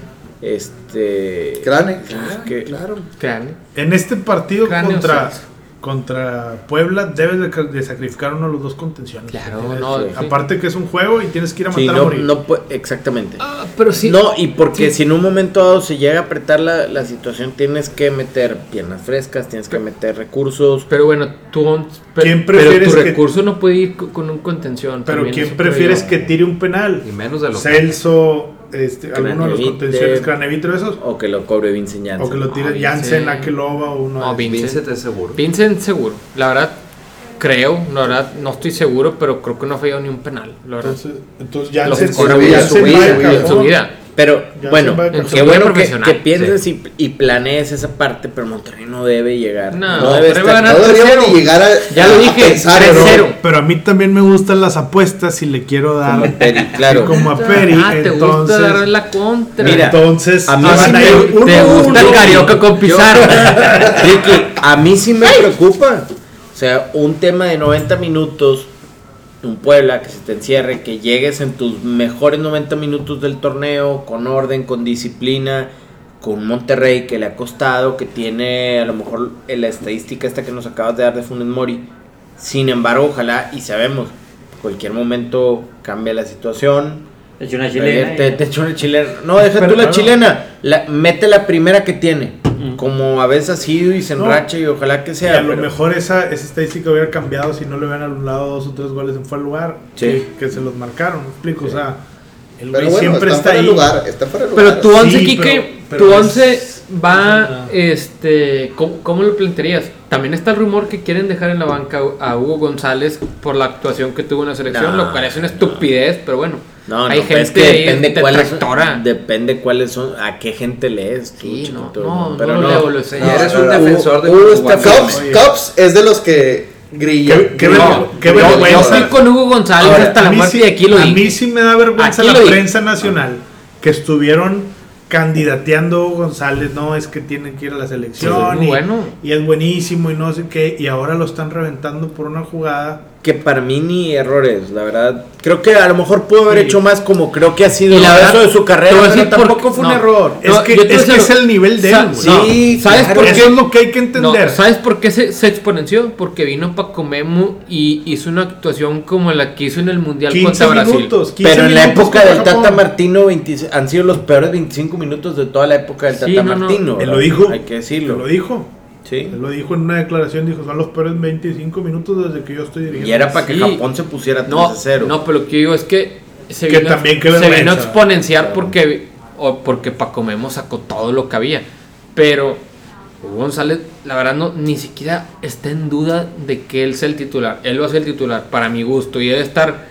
Este. Crane, Es claro, que- claro. Crane. En este partido Cráneo contra, Sanz. contra Puebla debes de, ca- de sacrificar uno de los dos contenciones. Claro, Tienes- no. sí. Aparte que es un juego y tienes que ir a matar Sí, a no, morir. no pu- exactamente. Ah, pero sí. no, y porque sí. si en un momento dado se llega a apretar la, la situación, tienes que meter piernas frescas, tienes que meter recursos. Pero bueno, tú. pe- ¿Quién pero prefieres tu que- recurso no puede ir co- con un contención. Pero también, ¿quién eso creo prefieres yo. que tire un penal? Y menos de lo Celso, este, alguno de los Craneviter. contenciones, Craneviter, esos. O que lo cobre Vincent Janssen. O que lo Ah, tire Vincent. Jansen, Akeloba o uno No, de Vin- Vincent es seguro. Vincent seguro. La verdad, creo. La verdad, no estoy seguro, pero creo que no ha fallado ni un penal. La verdad. Entonces, entonces Los Jansen, cobra Jansen vida, su va vida, de vida, en cajón. su vida. Pero Ya bueno, se va de qué cajón. Su bueno que, profesional, que pienses y, y planees esa parte, pero Monterrey no debe llegar. No, debe Monterrey va a estar- ganar No deberíamos ni 3-0. llegar a. Ya a- lo a dije, pensar, ¿no? 3-0. Pero a mí también me gustan las apuestas y le quiero como el dar Peri, claro. como a Peri. ah, te gusta entonces, dar la contra. Mira, entonces a mí van sí a me- ir te uno a uno. gusta el carioca con Pizarro. Ricky, a mí sí me preocupa. O sea, un tema de 90 minutos, un Puebla que se te encierre, que llegues en tus mejores 90 minutos del torneo, con orden, con disciplina, con Monterrey que le ha costado, que tiene a lo mejor la estadística esta que nos acabas de dar de Funes Mori. Sin embargo, ojalá, y sabemos, cualquier momento cambia la situación, Te eché una Ayer chilena. Te, y- te echó una chilena. No, deja tú la claro. chilena. La, mete la primera que tiene. Como a veces ha sido y se No. enracha y ojalá que Y sea. a lo pero- mejor esa, esa estadística hubiera cambiado si no le hubieran anulado dos o tres goles en fuera de lugar Sí. que, que se los marcaron. ¿me explico? O sea, el Pero güey bueno, siempre está, está, fuera de ahí. lugar. Está fuera de lugar. Pero tu once, Sí, Quique, pero- pero tu es- once va, Ah. este, ¿cómo, cómo lo plantearías? También está el rumor que quieren dejar en la banca a Hugo González por la actuación que tuvo en la selección, No, lo cual es una estupidez, pero bueno, No, hay no, pero gente es que depende cuáles detractora. son, depende cuáles son, a qué gente lees tú, Sí, no, chiquito, no, pero no lo leo, lo sé. No, eres no, un no, defensor de Hugo- Hugo está Uruguay. Cops, Cops es de los que grilla. Qué- qué grilla. vergüenza. qué Yo- vergüenza. Yo fui con Hugo González Ahora, hasta a la mí muerte sí- y aquí lo A dije. mí sí me da vergüenza Aquí la lo dije. prensa nacional que estuvieron candidateando a Hugo González, no, es que tienen que ir a la selección Sí, muy y, bueno. y es buenísimo y no sé qué, y ahora lo están reventando por una jugada. Que para mí ni errores, la verdad. Creo que a lo mejor pudo haber Sí. hecho más como creo que ha sido Y el la verdad, resto de su te carrera, voy a pero decir por- tampoco fue un no. error. es que, yo te es, que digo- es el nivel de él, Sa- güey. no, Sí, ¿sabes claro. por Eso qué? es lo que hay que No, entender. ¿Sabes por qué se, se exponenció? Porque vino Paco Memo y hizo una actuación como la que hizo en el Mundial 15 contra Brasil. minutos, 15 Pero en la minutos época del contra Tata Japón. Martino 20 han sido los peores 25 minutos de toda la época del Sí, Tata no, no. Martino. Él ¿verdad? lo dijo. Hay que decirlo. Él lo dijo. Sí. Él lo dijo en una declaración, dijo, son los peores 25 minutos desde que yo estoy dirigiendo. Y era para que Sí. Japón se pusiera 3 No, a 0. no, pero lo que yo digo es que se Que vino, también, qué se vergüenza. vino a exponenciar porque, o porque Paco Memo sacó todo lo que había. Pero Hugo González, la verdad, no, ni siquiera está en duda de que él sea el titular. Él va a ser el titular, para mi gusto, y debe estar. aun-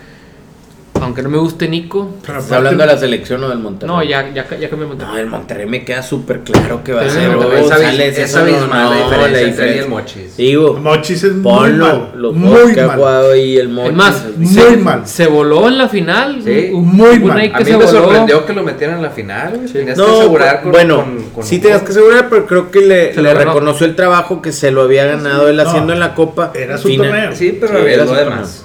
aunque no me guste Nico. Pero ¿Estás aparte- hablando de la selección o del Monterrey? No, ya, ya, ya cambié No, Monterrey. el Monterrey me queda súper claro que va a Sí, ser. pero Hugo es abis- González, es eso no, abismal la no, diferencia entre él y el Mochis. Digo, Mochis es muy ponlo. mal. Los muy juegos que ha mal. jugado ahí el Mochis. Es más, Muy se, mal. se voló en la final. Sí, Un- muy un mal. ahí A que mí se me voló. sorprendió que lo metieran en la final, güey. Tenías que No, asegurar con. bueno, con- con- sí tenías que asegurar, pero creo que le, Se le lo ganó. reconoció el trabajo que se lo había ganado él No, haciendo en la Copa. era su Final. torneo. Sí, pero Sí, era había lo su demás.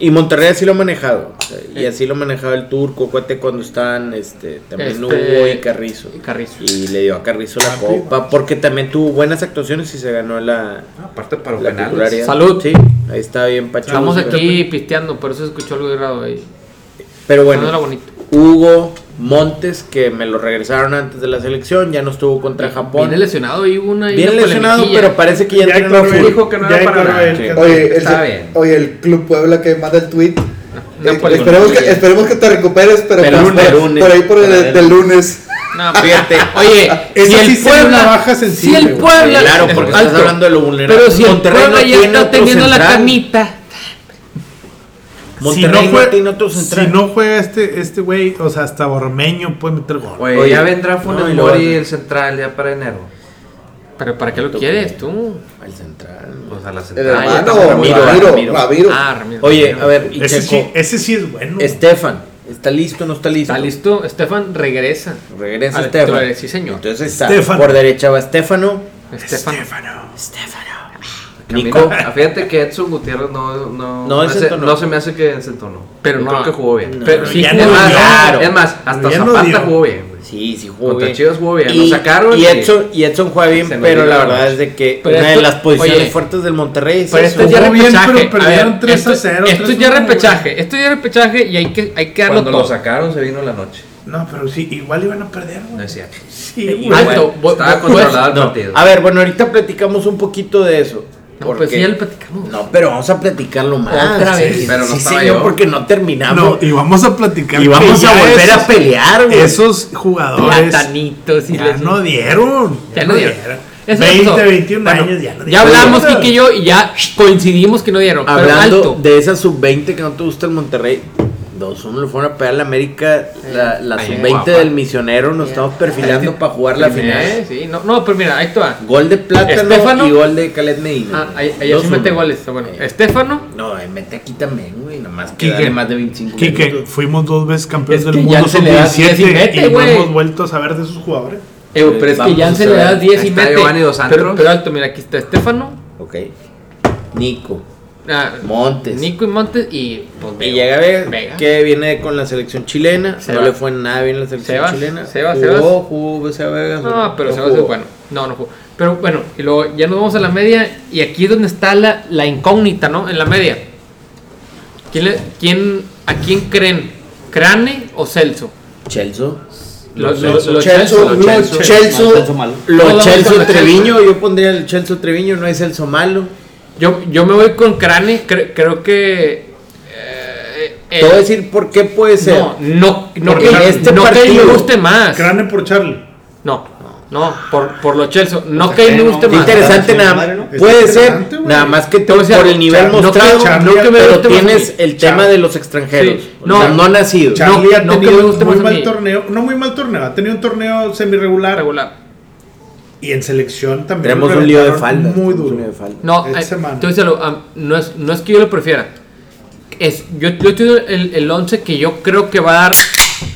Y Monterrey así lo ha manejado. o sea, Y así lo manejaba el turco, cuate, cuando estaban este, también Este, Hugo y Carrizo. y Carrizo. Y le dio a Carrizo la Ah, copa, porque también tuvo buenas actuaciones y se ganó la, Aparte para la penales. titularidad. Salud. Sí, ahí está bien Pachuca. Estamos aquí pisteando, por eso escuchó algo de grado ahí. Pero No era bueno, bonito. Hugo Montes, que me lo regresaron antes de la selección, ya no estuvo contra Japón. Viene lesionado y hubo una. ahí Bien una lesionado, polemiquilla. pero parece que ya, Ya entró declaró full. él. Dijo que no Ya era para declaró nada. él que- Oye, el, Está bien. oye, el Club Puebla que manda el tweet. Una Eh, política. esperemos, que, esperemos que te recuperes, pero, Pero por, hasta el lunes. por ahí por el, Para del lunes. No, fíjate. Oye, Esa si el sí sería Puebla. una baja si sensible, el güey. Puebla. Claro, porque estás Alto. hablando de lo vulnerable. Pero si el Monterrey Puebla no ya tiene está otro teniendo la central. carnita. Monterrey no, juega- tiene otro central. si no juega este este güey, o sea, hasta Bormeño puede meter gol. Oye, Oye, ya vendrá Funes no, y lo Mori vas a- el central ya para enero. Pero ¿para qué lo quieres tú? Al central. Pues a la El central. ya hermano, estamos Ramiro, Ramiro, preparados. Ramiro. Ramiro. Ah, Ramiro. Oye, a ver, y Ese Checo. sí, eh. ese sí es bueno. Estefan, ¿está listo o no está listo? ¿Está listo? Estefan regresa. Regresa Al Estefan. titular, sí, señor. Entonces está, Estefano. por derecha va Estefano. Estefan. Estefano. Nico. Ah, Fíjate que Edson Gutiérrez no, no, No, él se se- entonó. no se me hace que se entonó. Pero Yo no. Creo que jugó bien. Pero No, sí ya Es jugó no, más, bien. Claro. es más, hasta Ya no Zapata dio. jugó bien, güey. Sí, sí jugó Contra bien. Chivas jugó bien, lo sacaron y y- Edson, y Edson juega bien, Se nos pero dio la la verdad noche. es de que Pero una esto- de las posiciones oye, fuertes del Monterrey es Pero esto es eso. ya Jugó bien, repechaje. pero perdieron A ver, 3 a esto- 0, Esto es 3 ya a 1, repechaje. Esto es ya repechaje y hay que, hay que darlo Cuando lo todo. sacaron se vino la noche. No, pero sí, igual iban a perder, No güey. es cierto. Sí, Eh, Igual. güey. Alto, bo- Estaba bo- controlado pues, el No, partido. A ver, bueno, ahorita platicamos un poquito de eso. No, porque- pues sí, ya lo platicamos. No, pero vamos a platicarlo más. Otra Sí, vez. Pero no Sí, estaba señor, yo porque no terminamos. No, y vamos a platicar. y vamos que a ya volver esos- a pelear, güey. Esos jugadores Platanitos y ya las- no dieron. Ya no dieron. Eso es 20, todo. 21 Bueno, años ya no dieron. Ya hablamos, Ahorita- Kike y yo, y ya coincidimos que no dieron. pero Hablando alto. de esa sub-20 que no te gusta el Monterrey, 2-1 le fueron a pegar a la América. La, la Ahí, sub-20 guapa. del Misionero nos estamos perfilando para jugar la Eh, final. Sí, no, no, pero mira, ahí te va. Gol de Plátano Estefano. y gol de Caled Medina. Ah, ahí, ahí sí 2-1. mete goles. está Bueno, Eh, Estefano. No, ahí mete aquí también, güey. Nada más que Quique. dale más de 25 Quique, minutos. fuimos dos veces campeones Es del que mundo ya se le da 10 y sub-17 y, mete, no güey. hemos vuelto a saber de esos jugadores. Eh, Eh, pero es que vamos ya a se le da ver. 10 Ahí y está mete. Giovanni Dos Santos. Pero, pero alto, mira, aquí está Estefano. Ok. Nico. ah, Montes. Nico y Montes y pues, Y Vega. llega a ver Vega. que viene con la selección chilena. Se no va. le fue nada bien la selección Sebas, chilena. Sebas, jugó, Sebas. jugó, o sea, Vegas, No, pero se va a jugó. hacer bueno. No, no jugó. Pero bueno, y luego ya nos vamos a la media. Y aquí es donde está la, la incógnita, ¿no? En la media. ¿Quién le- quién, ¿A quién creen? ¿Crane o Celso? Chelso. Lo- lo- Chelso, lo Chelso, Celso, lo lo Celso. Celso, Mal, Celso malo. lo Todos vamos Celso con lo Treviño, yo pondría el Celso Treviño, no es Celso malo. Yo, yo me voy con Crane. cre- creo que. eh, Te voy a el- decir por qué puede ser. no, no, no, Porque que, en este no que partido- me guste más. Crane por Charlie. No, no, por, por lo Celso. No que sea, me no, guste está más. interesante Está nada madre, más. ¿no? Puede Está ser, interesante, güey. nada más que te- O sea, por el nivel Char- no mostrado, que Char- no que me no pero te vas a tienes mí. el tema de los extranjeros. Sí. No, No, no nacidos. Char- Charlie No, ha no que tenido me guste muy más a mal mí. torneo. No muy mal torneo. Ha tenido un torneo semirregular. Regular. Y en selección también. Tenemos lo un lío de reventaron faldas. Muy tenemos un lío duro. de faldas. No, Esta eh, semana. te voy a decir algo, am, no, es, no es que yo lo prefiera. Es, yo, yo te doy el, el 11 que yo creo que va a dar.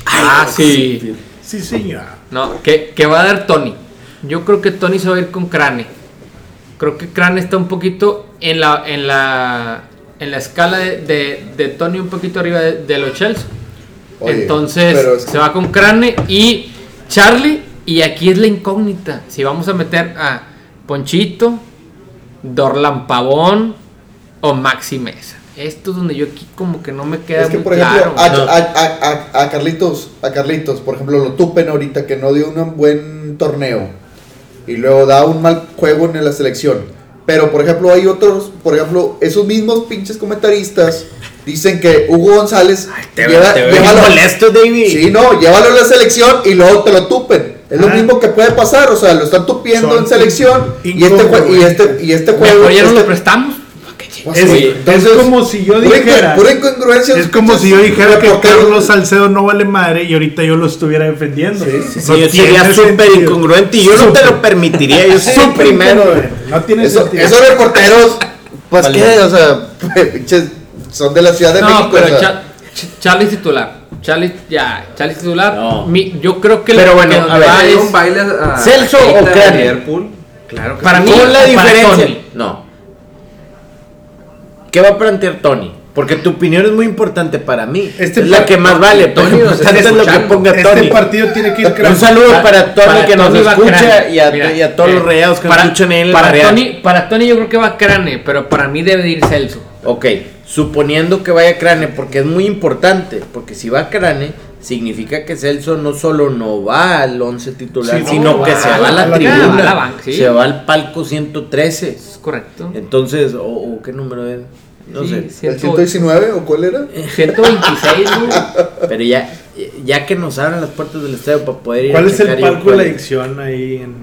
ah, sí. Sí, señora. No, que, que va a dar Tony. Yo creo que Tony se va a ir con Crane. Creo que Crane está un poquito en la, en la, en la escala de, de, de Tony, un poquito arriba de, de los Chelsea. Oye, Entonces pero es que- se va con Crane y Charlie. Y aquí es la incógnita. Si vamos a meter a Ponchito, Dorlan Pavón o Maxi Mesa. Esto es donde yo aquí como que no me queda Es que, muy por ejemplo, claro. a, no. a- a- a- a Carlitos, a Carlitos, por ejemplo, lo tupen ahorita que no dio un buen torneo y luego da un mal juego en la selección. Pero, por ejemplo, hay otros, por ejemplo, esos mismos pinches comentaristas dicen que Hugo González Te, lleva- te veo llévalo- molesto, David. Sí, no, llévalo a la selección y luego te lo tupen. Es lo Ah. mismo que puede pasar, o sea, lo están tupiendo Son en selección y este, jue- y incongruentes. este, y este juego. Mejor ya no este- lo prestamos. Pues Es, sí, es entonces, como si yo pura, dijera. incongru- pura incongruencia. Es como si yo dijera que reportero. Carlos Salcedo no vale madre y ahorita yo lo estuviera defendiendo. No yo sería tiene súper sentido. incongruente y yo no te lo permitiría. Yo soy el primero. güey. No tiene Eso, sentido. esos reporteros, pues Vale. qué, o sea, pinches, son de la Ciudad de no, México. pero o sea, Cha- Ch- Charlie es titular. Charlie, ya, Charlie es titular. No. Mi- yo creo que Pero bueno, que donde a ver, va hay es- un baile a- a ¿Celso Keita o de Crane? Liverpool. Claro que Para sí. mí, Con la para diferencia. Tony. No. ¿Qué va a plantear Tony? Porque tu opinión es muy importante para mí. Este es la par- que más vale. Tony pero nos está Pues tanto es lo que escuchando. ponga Este Tony. partido tiene que ir Un cracks. saludo para Tony Para que nos va escucha Crane. y a, Mira, y a todos eh, los rayados que para- nos escuchan en el para barrial. Tony, para Tony yo creo que va Crane, pero para mí debe de ir Celso. Ok, suponiendo que vaya Crane, porque es muy importante, porque si va Crane, significa que Celso no solo no va al 11 titular, Sí, no, sino va que se va a la, a la tribuna, banca, va a la banca, sí. se va al palco 113. Es correcto. Entonces, o o qué número es, no Sí, sé. ¿El ciento- 119 o cuál era? 126, güey. Pero ya, ya que nos abran las puertas del estadio para poder ir ¿Cuál a es el checar yo palco de cuál la es. adicción ahí en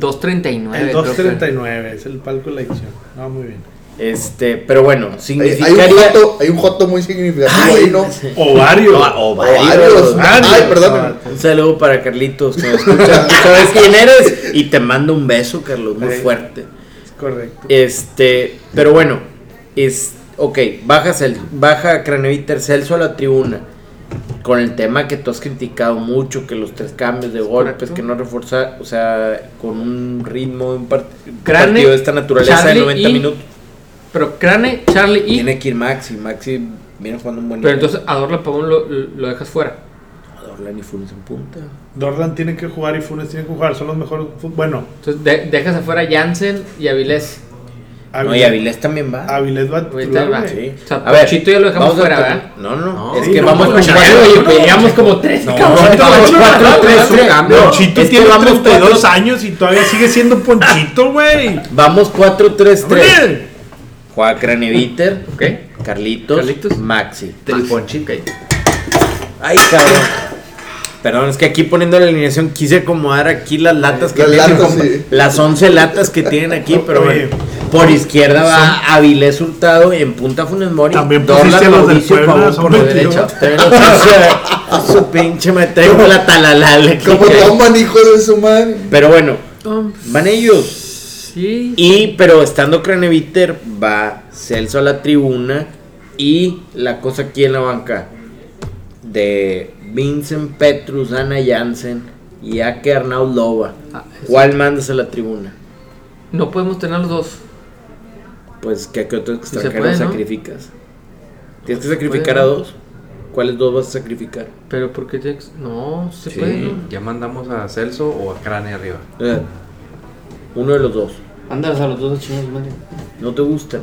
239. el creo que. 239? Es el palco de la adicción. No, muy bien. Este, pero bueno, Hay, hay significaría. un joto, hay un joto muy significativo ahí, ¿no? Ovario. O- o varios. varios. Ay, perdón. Un saludo para Carlitos, que me escucha. Tú sabes quién eres. Y te mando un beso, Carlos, muy Ey. fuerte. Es correcto. Este, pero bueno, es. Ok, baja, Cel- baja Craneviter Celso a la tribuna. Con el tema que tú has criticado mucho, que los tres cambios de golpes, correcto. que no reforza, o sea, con un ritmo de un part- Crane, partido de esta naturaleza Charlie de 90 y- minutos. Pero Crane, Charlie y. Tiene que ir Maxi, Maxi viene jugando un buen Pero nivel. entonces a Dorla Pavón lo, lo dejas fuera. Orlán y Funes en punta. Dordan tiene que jugar y Funes tiene que jugar. Son los mejores. fu- Bueno, Entonces de- dejas afuera a Jansen y a Vilés. No, y Avilés también va. Avilés va a Ahorita titular, va. güey. Sí. O sea, Ponchito ya lo dejamos vamos a fuera, tener- ¿verdad? No, no, no. No. es Sí, que no, vamos no, con no, cuatro, Oye, güey, pues, llevamos como tres, cabrón. no, vamos no, cuatro, cuatro, tres, tres, cambio. no, Ponchito es que tiene vamos 32 cuatro- años y todavía sigue siendo Ponchito, güey. Vamos 4-3-3. ¡Hombre! Juan Craneviter, ¿Ok? Carlitos, Carlitos. Maxi. El Ponchito. Ay, cabrón. Perdón, es que aquí poniendo la alineación quise acomodar aquí las latas que Las tienen, latas, compa- sí. las 11 latas que tienen aquí, pero Oye. bueno. Por izquierda va Avilés Hurtado en punta Funes Mori. También Dorlan, pusiste a los del Mauricio Puebla, Pavón son por la derecha. mentirosos. Traigo su- Su pinche me traigo la talalala. aquí. Como toman, hijo de su madre. Pero bueno, van ellos. Um, Sí. Y, pero estando Craneviter, va Celso a la tribuna. Y la cosa aquí en la banca de Vincent Petrus, Ana Jansen y Ake Arnaud Loba. Ah, es- ¿Cuál mandas a la tribuna? No podemos tener los dos. Pues que a qué otro se extranjero puede, ¿no? sacrificas. Tienes que se puede, sacrificar ¿no? a dos. ¿Cuáles dos vas a sacrificar? Pero porque tiene que- No, se Sí. puede. ¿no? Ya mandamos a Celso o a Crane arriba. Eh, Uno de los dos. Ándalos a los dos chingados, madre. No te gustan.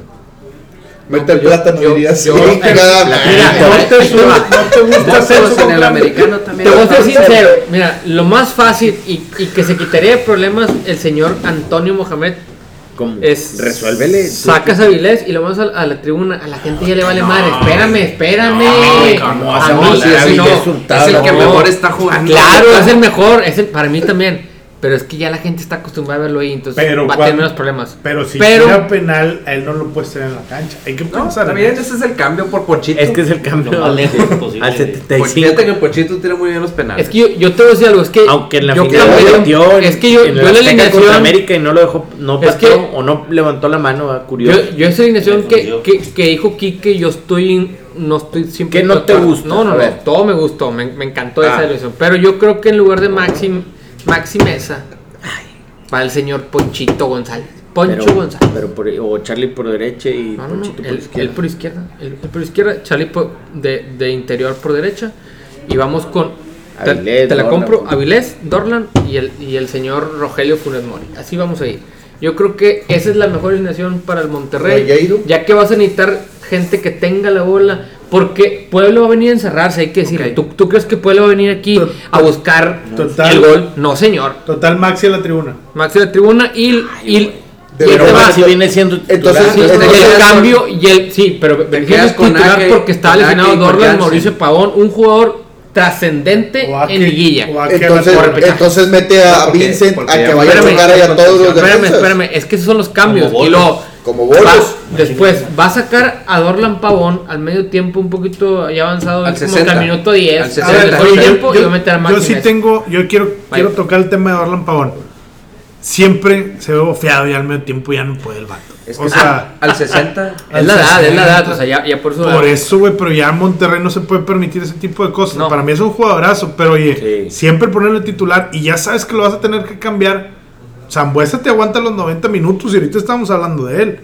Mete el pues yo- plátano, yo- dirías. yo- Sí, nada, la- madre. Mira, ahí te va. Celso en el americano Te también. voy a ser Celso. sincero, mira, lo más fácil y, y que se quitaría de problemas el señor Antonio Mohamed ¿Cómo? es... Resuélvele. Sacas a Vilés y lo mandas a, a la tribuna, a la gente ya le vale madre, espérame, espérame. ¿cómo a vas a mí volar a sí, no. Vilés Hurtado? Es el que No. mejor está Ah, jugando. Ah, Claro, es el mejor, es el para mí también, pero es que ya la gente está acostumbrada a verlo ahí, entonces Pero va a cuan- tener menos problemas. Pero si Pero- tira penal, a él no lo puedes tener en la cancha. Hay que No, pensar. en también eso. ese es el cambio por Ponchito. Es que es el cambio Lo más lejos posible. al 75. Pues fíjate que el Ponchito tira muy bien los penales. Es que yo, yo te voy a decir algo, es que Aunque en la Eh, yo final creo- lo metió es que yo, en yo la la Azteca contra alineación América y no lo dejó, no Es pateó que- o no levantó la mano, ah, ¿verdad? curioso. Yo, yo esa alineación Me que, confundió. que, que dijo Quique, yo estoy. en- No estoy siempre. ¿Qué no te gusta? No, no, A no, ver. Todo me gustó. Me, me encantó esa Ah. alineación. Pero yo creo que en lugar de Maxi, Maxi Mesa, va el señor Ponchito González. Poncho pero, González. pero por- o Charlie por derecha y Ah, No, no, no, Ponchito por él- él izquierda. por izquierda. Él, él por izquierda. Charlie por- de, de interior por derecha. Y vamos con. te- Avilés, te, la Dorlan. compro. Avilés, Dorlan y el, y el señor Rogelio Funes Mori. Así vamos a ir. Yo creo que esa es la mejor alineación para el Monterrey. Rayero. Ya que vas a necesitar gente que tenga la bola. Porque Pueblo va a venir a encerrarse, hay que decirlo. Ok. ¿Tú, tú crees que Pueblo va a venir aquí Tot- a buscar Total. el gol? No, señor. Total, Maxi a la tribuna. Maxi de tribuna y, y, y De el Pero te aún vas. así viene siendo Entonces, Sí, titular. entonces- y el quedas cambio y el sí, pero quedas es con titular Ake, porque estaba con lesionado Ake y con Dorlan Jansen. Mauricio Pavón, un jugador trascendente O a que- en liguilla. o a que- Entonces, por repechaje. entonces mete a Porque- Vincent porque a que ya- vaya a Espérame, jugar ahí a todos los espérame, defensas. espérame, es que esos son los cambios Como y luego Como Va- bolos. después va a sacar a Dorlan Pavón al medio tiempo un poquito ya avanzado Al como 60. que al minuto 10 Al al A 60. ver, Oye, medio yo- tiempo yo, y va a meter a yo Martínez. sí tengo, yo quiero, quiero Bye. tocar el tema de Orlan Pavón. Siempre se ve bofeado y al medio tiempo ya no puede el vato. Es que ah, o sea, al 60. es la al edad, es la 60. edad, o sea, ya, ya por eso Por eso, güey, pero ya Monterrey no se puede permitir ese tipo de cosas. No. Para mí es un jugadorazo, pero oye, Sí. siempre ponerle titular y ya sabes que lo vas a tener que cambiar. Zambuesa te aguanta los 90 minutos y ahorita estamos hablando de él.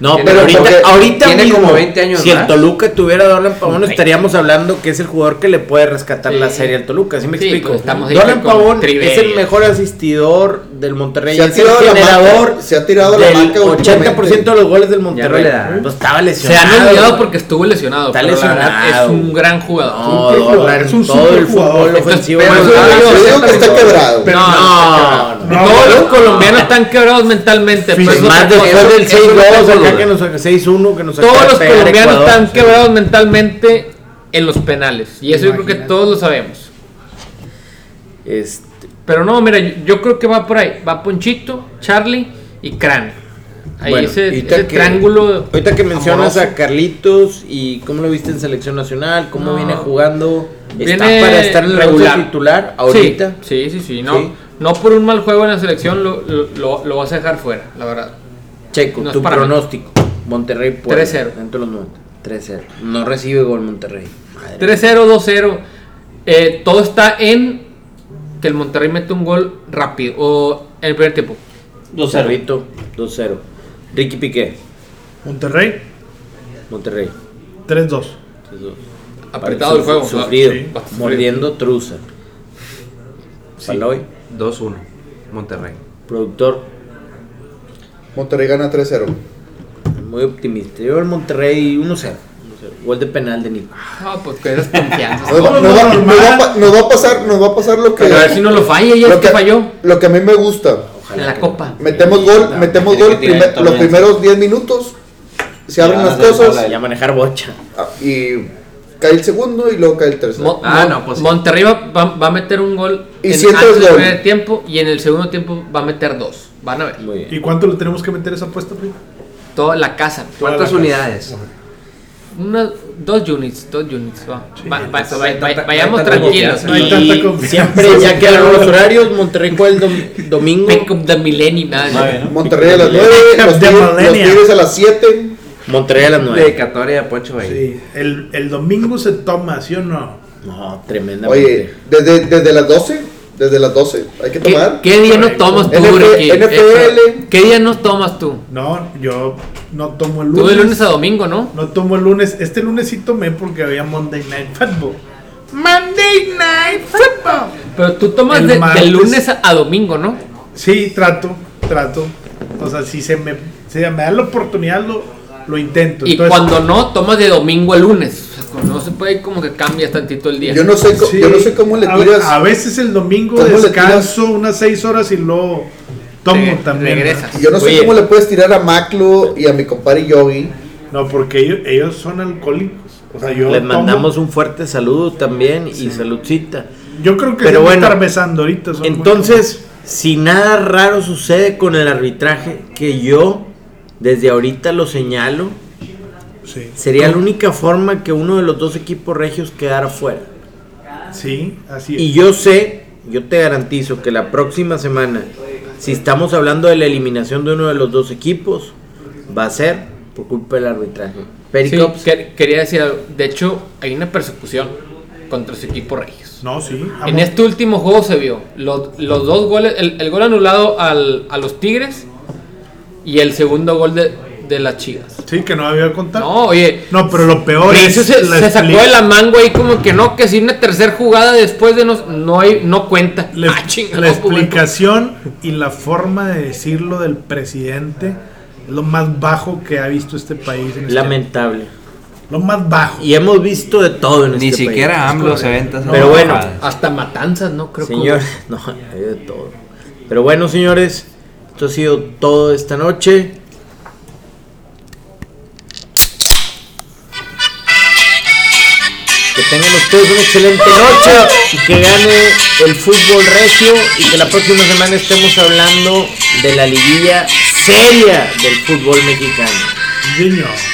No, Tiene pero como- ahorita, porque ahorita tiene mismo, como 20 años si el más. Toluca tuviera a Dorlan Pavón, estaríamos hablando que es el jugador que le puede rescatar la Sí. serie al Toluca, ¿sí me Sí, explico? pues, estamos ahí Dorlan con Pavón es Triverio. el mejor asistidor del Monterrey, Se ha es el tirado la generador marca- se ha tirado la del marca 80% de los goles del Ya no Monterrey. le da. Pues estaba se lesionado. han olvidado porque estuvo lesionado, Está pero la verdad lesionado. es un gran jugador. No, Es un Dorlan, superjugador, todo el superjugador. fútbol ofensivo. Pero- no, pero- Yo digo que está quebrado. Pero no, no. No, Todos los no. colombianos están quebrados mentalmente, Sí, pues, sí. no Más te- después eso- del eso no 6-2, tengo acá duda. que nos saca 6-1, que nos saca Todos los pegar colombianos Ecuador, están sí. quebrados mentalmente en los penales. Y eso yo creo que todos lo sabemos. Este, Pero no, mira, yo, yo creo que va por ahí. Va Ponchito, Charlie y Crane. Ahí bueno, ese, ahorita ese que- triángulo. Ahorita que mencionas amoroso. a Carlitos y cómo lo viste en selección nacional, cómo No. viene jugando, está Viene para estar en el regular. regular titular ahorita. Sí, sí, sí. sí, no, Sí. no por un mal juego en la selección lo, lo, lo- lo vas a dejar fuera, la verdad. Checo, No es tu para mí. pronóstico. Monterrey por 3-0. Dentro de los 90. 3-0. No recibe gol Monterrey. Madre. 3-0, 2-0. Eh, todo está en que el Monterrey mete un gol rápido. O en el primer tiempo. 2-0. Cerrito, 2-0. Ricky Piqué, Monterrey, Monterrey. 3-2. Apretado el juego. Sufrido. Sí. Bastante Mordiendo truza. Paloy, 2-1. Monterrey. productor. Monterrey gana 3-0. Muy optimista. Yo el Monterrey 1-0. 1-0. Gol de penal de Nico. Ah, pues que esas confianzas. Nos va, nos va- nos va a pa- nos va a pasar, nos va a pasar lo que, Pero a ver si no lo falla, ya es lo que falló. lo que a mí me gusta. En la copa. Metemos gol, metemos tiene gol que tirar primer- el torneo. los primeros 10 minutos, se abren las cosas Ya manejar bocha. ah, y cae el segundo y luego cae el tercero. Mo- Ah, Mon- no, pues sí. Monterrey va, va- va a meter un gol Y en si entra antes el del gol. primer tiempo y en el segundo tiempo va a meter dos. Van a ver. Muy bien. ¿Y cuánto le tenemos que meter esa apuesta, Pri? Toda la casa. ¿Cuántas Toda la unidades? Una, dos units, dos units. Va. Va- va- entonces va- hay va- tanta- vayamos hay tanta tranquilos. confianza. hay Y tanta confianza. siempre, ya que los horarios, Monterrey juega el dom- domingo. Pick up the millennium. nada de- Monterrey a las 9, los De Tigres- los Millennium. Tigres a las 7. Monterrey a las 9. Dedicatoria de Poncho Valle. Sí, el, el domingo se toma, ¿sí o no? No, tremenda. Oye, desde, desde las 12, desde las 12, hay que ¿Qué, tomar. qué día no tomas tú, NF- Ricky? NFL. ¿Qué día no tomas tú? No, yo no tomo el lunes. Tú de lunes a domingo, ¿no? No tomo el lunes. Este lunes sí tomé porque había Monday Night Football. Monday Night Football. Pero tú tomas El de, de martes. lunes a, a domingo, ¿no? Sí, trato, trato. O sea, si se me, si me da la oportunidad, lo, lo intento. Y Entonces, cuando no, tomas de domingo a lunes. O sea, no se puede como que cambias tantito el día. Yo no sé, co- sí, yo no sé cómo le a ve- tiras. A, veces el domingo ¿Cómo le descanso unas 6 horas y luego tomo Re- también. ¿no? regresas. Yo no sé Oye. cómo le puedes tirar a Maclo y a mi compadre Yogi. No, porque ellos, ellos son alcohólicos. O sea, yo Les tomo- mandamos un fuerte saludo también y saludcita. Yo creo que Pero se van a bueno, estar besando ahorita. son muy- Entonces, si nada raro sucede con el arbitraje, que yo desde ahorita lo señalo, Sí. sería la única forma que uno de los dos equipos regios quedara fuera. Sí, así es. Y yo sé, yo te garantizo que la próxima semana, si estamos hablando de la eliminación de uno de los dos equipos, va a ser por culpa del arbitraje. Sí, Pericops, que- quería decir algo. De hecho, hay una persecución contra su equipo regios. No, sí. a En Mon- este último juego se vio. Los, los dos goles, el, el gol anulado al- a los Tigres y el segundo gol de, de las Chivas. Sí, que no había contado. No, oye. No, pero lo peor es. Regios se, la se sacó expli- de la mango ahí como que no, que si una tercera jugada después de nos, no hay, no cuenta. la- ah, chingado, la pues, explicación y la forma de decirlo del presidente es lo más bajo que ha visto este país. En este- lamentable. Lo más bajo. Y hemos visto de todo en Ni este siquiera país. AMLO se venta. Pero bueno, Hasta matanzas, ¿no? Creo que hubo. Señor, no, hay de todo. Pero bueno, señores, esto ha sido todo esta noche. Que tengan ustedes una excelente noche y que gane el fútbol regio y que la próxima semana estemos hablando de la liguilla seria del fútbol mexicano. Niño.